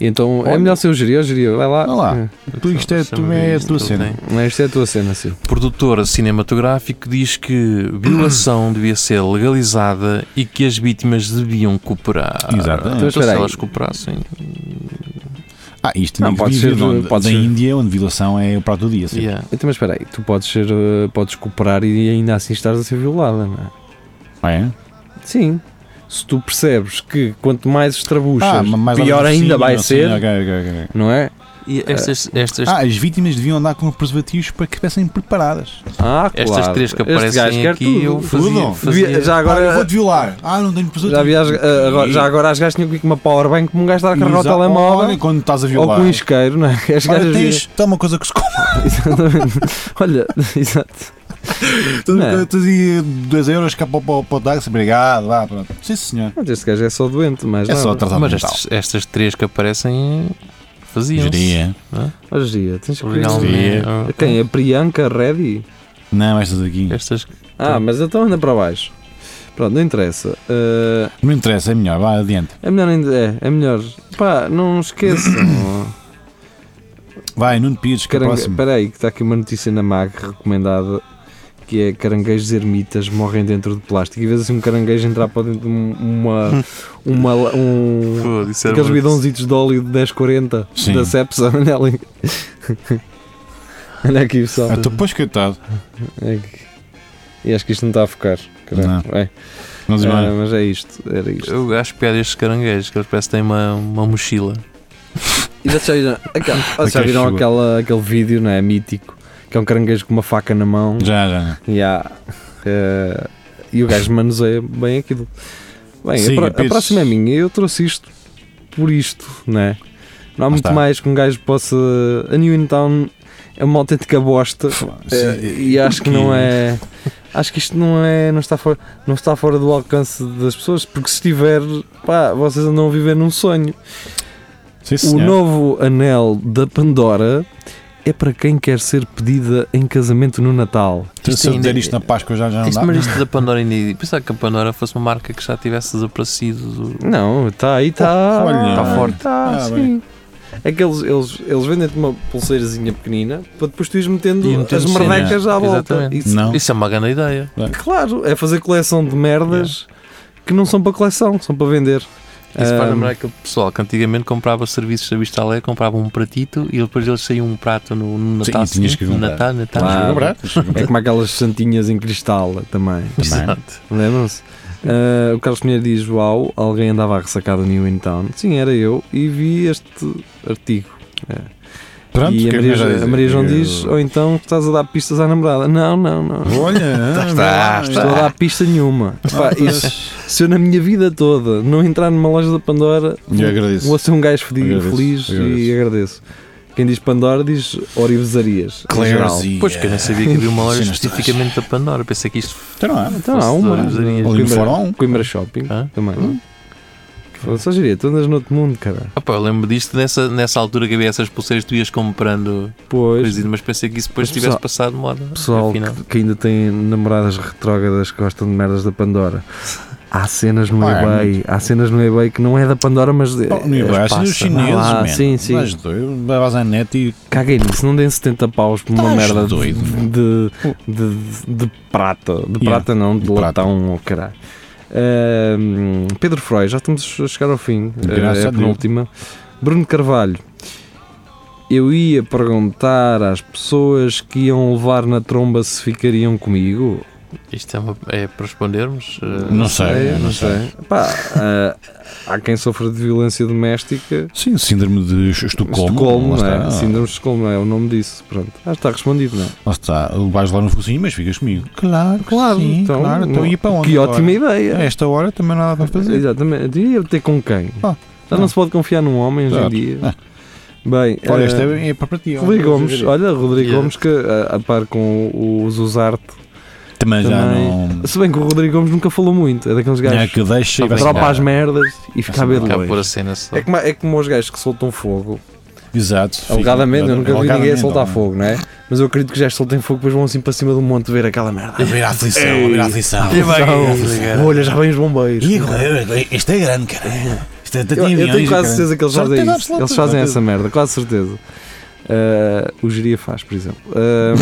C: E então é
E: Olha.
C: melhor ser o Geria, o Geria, vai lá.
E: Vai lá.
C: Eh,
E: Tu, isto é, tu
D: Deixa-me ver
E: é a
D: isto
E: tua
D: que ele
E: cena.
D: tem.
C: Não, isto é a tua cena, Sil.
D: produtora cinematográfica diz que violação devia ser legalizada e que as vítimas deviam cooperar.
E: Exatamente.
D: Então,
C: Espera
D: se
C: aí.
D: elas cooperassem.
E: Ah, isto
C: Não,
E: não,
C: pode
E: pode ser
C: ser,
E: onde,
C: pode
E: da
C: ser.
E: Índia, onde violação é o prato do dia. Sim.
D: Yeah.
C: Então, mas espera aí, tu podes ser, eh, podes cooperar e ainda assim estás a ser violada, não é?
E: É?
C: Sim. Se tu percebes que quanto mais assim, estrabuchas,
E: Ah, mas mais ou
C: pior
E: menos
C: ainda
E: sim,
C: vai
E: não, sim,
C: ser,
E: ok, ok, ok.
C: não é?
D: E estas, estas,
E: Ah, as vítimas deviam andar com preservativos para que estivessem preparadas.
C: Ah, claro.
D: estas três que
C: Este gajo
D: aparecem
C: quer
D: aqui,
C: tudo.
D: eu fazia,
E: Tudo.
D: fazia-
C: Devia- já
E: Agora eu
C: agora,
E: vou-te violar. Ah, não tenho
C: já,
E: preservativo.
C: havia as- ah, agora- já agora as gajas tinham que ir com uma powerbank como um gajo está a carregar o
E: Exa- Olha,
C: telemóvel
E: quando estás a
C: ou
E: violar.
C: com um isqueiro, não é? As
E: Olha,
C: gajas
E: tens, tá uma coisa que se come.
C: viram- Exatamente. Olha, exato. Não. é?
E: Tens aí 2 euros cá para o para o táxi. Obrigado, vá, pronto. Sim, senhor.
C: Mas Este gajo é só doente, mas
E: É
C: nada.
E: só atrasado
D: Mas
E: mental.
D: estas, estas três que aparecem faziam.
E: Geria.
C: Hoje em dia, tens que um-
D: Realmente. Ah,
C: Quem? A Priyanka Reddy?
E: Não, estas aqui.
D: Estas
C: Ah, mas então anda para baixo. Pronto, não interessa. Ah,
E: Não interessa, é melhor. Vá, adiante.
C: é melhor ainda. É, é melhor. Pá, não esqueçam.
E: Vai, Nuno Pires, que é o
C: Caranga...
E: próximo.
C: Espera aí, que está aqui uma notícia na MAG recomendada que é caranguejos ermitas morrem dentro de plástico e vês assim um caranguejo entrar para dentro de um- uma. uma um,
D: Pô, isso era
C: aqueles
D: uma-
C: bidãozitos de óleo de 1040
E: Sim.
C: da Cepsa, olha ali. olha aqui pessoal.
E: Ah, tu, pois, coitado.
C: É que- E acho que isto não está a focar. caralho.
E: Não.
C: Bem,
E: Vamos
C: ah,
E: embora.
C: mas é isto, era isto.
D: Eu acho piada estes caranguejos, que eles parecem que têm uma, uma mochila.
C: E vocês já viram, aquela- vocês já
E: Aquele
C: viram
E: chuva.
C: aquela, aquele vídeo, não é? Mítico, que é um caranguejo com uma faca na mão.
E: Já, já.
C: Yeah. Eh, e o gajo manuseia bem aquilo. Bem,
E: Siga,
C: a, pro- a
E: Pires.
C: próxima é minha. Eu trouxe isto por isto, não é? Não há muito
E: está.
C: mais que um gajo possa. A New In Town é uma autêntica bosta. eh, e acho que não é. Acho que isto não é. Não está, fora, não está fora do alcance das pessoas, porque se estiver, pá, vocês andam a viver num sonho.
E: Sim,
C: O
E: senhor.
C: novo anel da Pandora é para quem quer ser pedida em casamento no Natal.
E: Tu,
D: Isto
E: se eu
D: ainda-
E: dizer isto na Páscoa já, já não
D: Isto,
E: dá.
D: mas isto da Pandora ainda. Pensava que a Pandora fosse uma marca que já tivesse desaparecido. do-
C: Não, está aí, está.
E: Oh, olha. Está
D: forte.
C: Está,
E: Ah,
C: Tá, sim. É que eles, eles, eles vendem-te uma pulseirazinha pequenina para depois tu ires metendo
D: E metendo
C: as merdecas à volta.
D: Exatamente.
C: Isso,
E: Não.
D: Isso é uma grande ideia.
C: Claro, é fazer coleção de merdas que não são para coleção, são para vender.
D: Isso faz
C: Ahm,
D: lembrar aquele pessoal que antigamente comprava serviços da Vistalé, comprava um pratito e depois eles saíam um prato no, no
E: Sim,
D: Natal.
E: e tinhas que
D: seguinte,
E: comprar.
D: Natal, Natal.
C: Claro.
E: Deixa eu comprar.
C: É como aquelas santinhas em cristal também.
D: Exato.
C: Lembram-se? Ah, o Carlos Pinheiro diz: Uau, alguém andava a ressacar do New In Town. Sim, era eu e vi este artigo.
E: Pronto,
C: e
E: o
C: a
E: que é que
C: Maria,
E: eu já
C: Jo-
E: dizer?
C: a Maria João
E: Eu-
C: diz: Ou então estás a dar pistas à namorada. Não, não, não.
E: Olha,
D: está,
E: ah,
C: Estou a dar pista nenhuma. Pá, isso, se eu na minha vida toda não entrar numa loja da Pandora,
E: Eu agradeço.
C: vou ser um gajo feliz,
E: Agradeço,
C: feliz e
E: agradeço.
C: agradeço. Quem diz Pandora diz Orivesarias. em geral.
E: Clare's e-
D: Pois que eu não sabia que havia uma loja
E: Cenas todas.
D: especificamente da Pandora. Pensei que isto
E: Então não é.
C: Então há
D: Fosse
C: uma.
D: de Orivesarias.
E: Ali no
C: Coimbra-
E: Fórum.
C: Coimbra Shopping
D: Hã?
C: também.
E: Hum?
C: Foda-se, Só diria, tu andas no outro mundo, cara.
D: Ah pá, eu lembro disto nessa, nessa altura que havia essas pulseiras tu ias comprando
C: Pois,
D: coisinhas, mas pensei que isso depois
C: Mas,
D: tivesse
C: pessoal-
D: passado de moda.
C: pessoal
D: afinal.
C: que, que ainda tem namoradas retrógradas que gostam de merdas da Pandora. Há cenas no
E: Ah, é
C: eBay, há cenas no eBay que não é da Pandora, mas. é-
E: Pá, No eBay,
D: passa.
E: assim, os chineses,
C: Ah,
E: man.
C: sim, sim.
E: Mas doido, vais à net e
C: Caguei nisso, não deem 70 paus por uma
E: Estás
C: merda de-
E: doido,
C: de, de, de, prata. De
E: Yeah,
C: prata não, de
E: de prata.
C: latão, oh, caralho. Ahm, Pedro Freire, já estamos a chegar ao fim.
E: Graças
C: eh,
E: a
C: a
E: Deus.
C: penúltima. Bruno Carvalho, eu ia perguntar às pessoas que iam levar na tromba se ficariam comigo.
D: Isto é, uma- é para respondermos? eh,
E: não sei,
C: Eh,
E: Ah, não sei.
C: Pá, ah, há quem sofra de violência doméstica.
E: Sim, síndrome de Estocolmo.
C: Estocolmo,
E: lá
C: não é?
E: está.
C: Síndrome de Estocolmo, é o nome disso. Pronto, ah, está respondido, não é?
E: Lá está, vais lá no focinho, mas ficas comigo. Claro,
C: Claro,
E: sim,
C: então,
E: claro. Então,
C: não-
E: e para onde?
C: Que
E: agora?
C: ótima ideia.
E: A esta hora também nada para fazer.
C: Exatamente. E eu ter com quem?
E: Ah,
C: Já não.
E: não.
C: se pode confiar num homem hoje em
E: Claro.
C: dia.
E: Ah.
C: Bem,
E: Olha,
C: eh,
E: esta é, é para ti.
C: Rodrigo Gomes, olha, Rodrigo
D: Yeah.
C: Gomes que eh, a, a par com o Zuzarte,
E: Também já
C: também-
E: não.
C: se bem que o Rodrigo Gomes nunca falou muito, é daqueles
E: É
C: gajos
E: que deixa e
C: que
E: vai
C: dropa
E: embora.
C: as merdas e fica a ver de
D: Cá pôr a
C: longe.
D: cena só.
C: É como, é como os gajos que soltam fogo,
E: Exato. fica-
C: alegadamente, eu nunca vi ninguém a
E: alegadamente,
C: soltar
E: não.
C: fogo, não é? Mas eu acredito que os gajos soltem fogo, depois vão assim para cima do monte ver aquela merda.
E: A ver a aflição, a ver a aflição.
D: E vai,
C: Então, Olha, já vem os bombeiros.
E: E agora, isto é grande, cara. Isto é tanto
C: Eu, eu
E: milhões,
C: tenho
E: cara.
C: quase certeza que eles
E: Certeza
C: fazem isso.
E: absoluta,
C: Eles fazem
E: certeza.
C: essa merda, quase certeza. Ah, o Geria faz, por exemplo. Ah,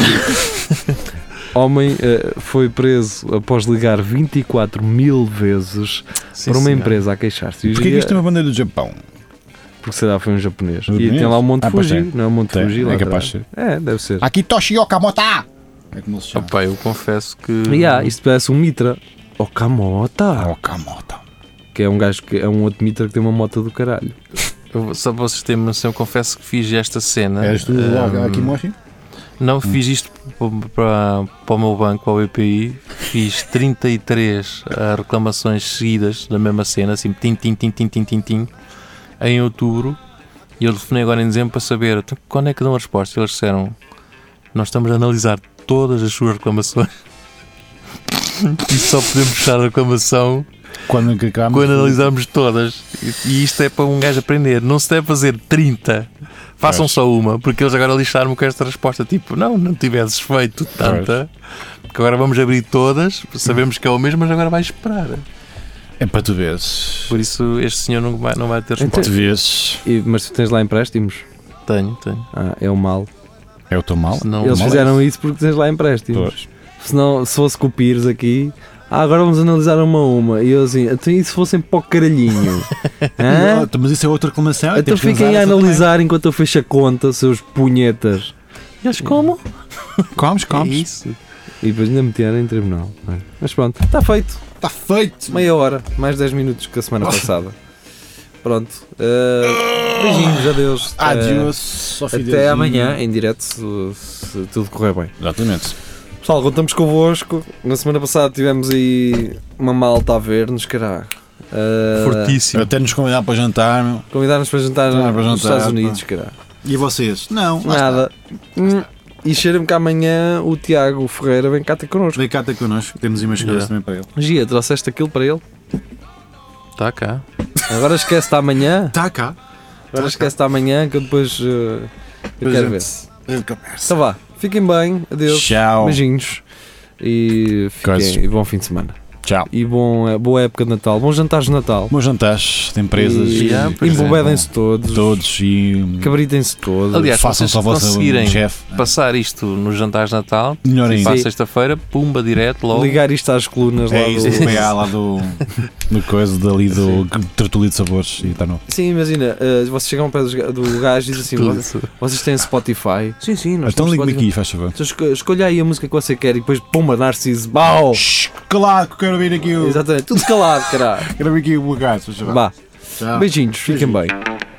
C: homem ah, foi preso após ligar 24 mil vezes
D: Sim,
C: para uma
D: senhor.
C: empresa a queixar-se. E o
E: Porquê que
C: Geria-
E: isto tem uma bandeira do Japão?
C: Porque será foi um japonês. E
E: Japonês?
C: tem lá o Monte
E: Ah, pois
C: Fuji,
E: tem.
C: não é o Monte
E: Tem,
C: Fuji
E: é
C: lá
E: capaz de Ah,
C: atrás. É, deve ser.
E: Akitoshi Okamoto! É como ele se chama.
D: Opa, eu confesso que.
C: E há, isto parece um Mitra. Okamota,
E: Okamoto.
C: que é um gajo que é um outro Mitra que tem uma moto do caralho.
D: Eu, só para vocês terem noção, eu confesso que fiz esta cena. eh,
E: Eras É, tu
D: Ahm,
E: logo aqui em Mochi?
D: Não fiz isto p- para, para o meu banco, para o BPI. Fiz 33 ah, reclamações seguidas da mesma cena, assim, tim, tim, tim, tim, tim, tim, tim, em outubro. E eu telefonei agora em dezembro para saber "Então, quando é que dão a resposta. Eles disseram: Nós estamos a analisar todas as suas reclamações e só podemos fechar a reclamação
E: Quando é que acabamos.
D: quando analisarmos todas. E- E isto é para um gajo aprender. Não se deve fazer 30. Façam
E: Pois.
D: só uma, porque eles agora lixaram-me com esta resposta. Tipo, não, não tivesses feito tanta. Porque agora vamos abrir todas, sabemos que é o mesmo, mas agora vais esperar.
E: É para tu veres.
D: Por isso, este senhor não vai, não vai ter resposta.
E: Tu veres.
C: E- mas tu tens lá empréstimos?
D: Então- Tenho, tenho.
C: Ah, é o mal.
E: É o teu mal.
D: Senão,
C: Eles
E: mal é
C: fizeram isso porque tens lá empréstimos.
E: Pois.
C: Senão, se fosse com o Pires aqui, ah, agora vamos analisar uma a uma. E eu assim, então e se fossem para o caralhinho? Hã?
E: Não, Mas isso é outra reclamação.
C: Então
E: temos que
C: fiquem a
E: essa
C: analisar enquanto eu fecho a conta, seus punhetas.
D: Eles como?
E: também. tipo, Comes,
D: É
E: comes.
D: isso.
C: E depois ainda meteram em tribunal. não é? Mas pronto, está feito.
E: Está feito.
C: Meia hora, mais 10 minutos que a semana
E: Oh.
C: passada. Pronto. eh, beijinhos, adeus. Eh,
E: Adiós. Tá só
C: até
E: fideus.
C: amanhã, em direto, se, se tudo correr bem.
E: Exatamente.
C: Pessoal, contamos convosco. Na semana passada tivemos aí uma malta a ver-nos, caralho. Eh,
D: É Fortíssimo.
E: Até nos convidar para jantar. meu.
C: Convidaram-nos para jantar
E: Ah, para
C: nos
E: jantar,
C: Estados
E: pá.
C: Unidos, caralho.
E: E vocês? Não. lá está.
C: Nada. Hum, E cheira-me que amanhã o Tiago Ferreira vem cá ter connosco.
E: Vem cá até connosco. Temos umas coisas
D: Já.
E: também para ele.
C: Gia, trouxeste aquilo para ele?
D: Está Tá cá.
C: Agora esquece-te amanhã.
E: Está Tá cá.
C: Agora esquece-te amanhã que eu depois. eh, eu
E: Pois
C: quero
E: é.
C: ver.
E: Ele começa.
C: Então vá, fiquem bem, adeus,
E: Tchau.
C: beijinhos e,
E: Coisas.
C: fiquem, e bom fim de semana.
E: Tchau.
C: E bom, eh, boa época de Natal, bons jantares de Natal.
E: Bons jantares de empresas.
C: E-
D: Já,
E: e-
D: pois é.
C: Embobedem-se todos,
E: Todos e
C: cabritem-se todos.
D: Aliás,
E: façam
D: vocês
E: só a vossa
D: conseguirem
E: chefe.
D: Passar isto nos jantares de Natal,
E: Melhor ainda.
D: para a
C: Sim.
D: sexta-feira, pumba, direto, logo.
C: ligar isto às colunas lá
E: É
C: do-
E: isso, do PA lá do, do coisa dali do tertulio de sabores e está no.
C: Sim, imagina, eh, vocês chegam ao pé dos ga- do gajo e dizem assim:
D: Tudo.
C: "Vocês- vocês têm Spotify? Sim, sim, nós
E: Então
C: temos
E: ligue-me
C: Spotify.
E: aqui, faz favor.
C: Então esco- escolha aí a música que você quer e depois pumba, Narciso, bau!
E: Claro que eu quero vir aqui o.
C: Exatamente, tudo calado, caralho.
E: Quero vir aqui o gajo, faz favor.
C: Vá,
E: Tchau.
C: beijinhos, fiquem bem.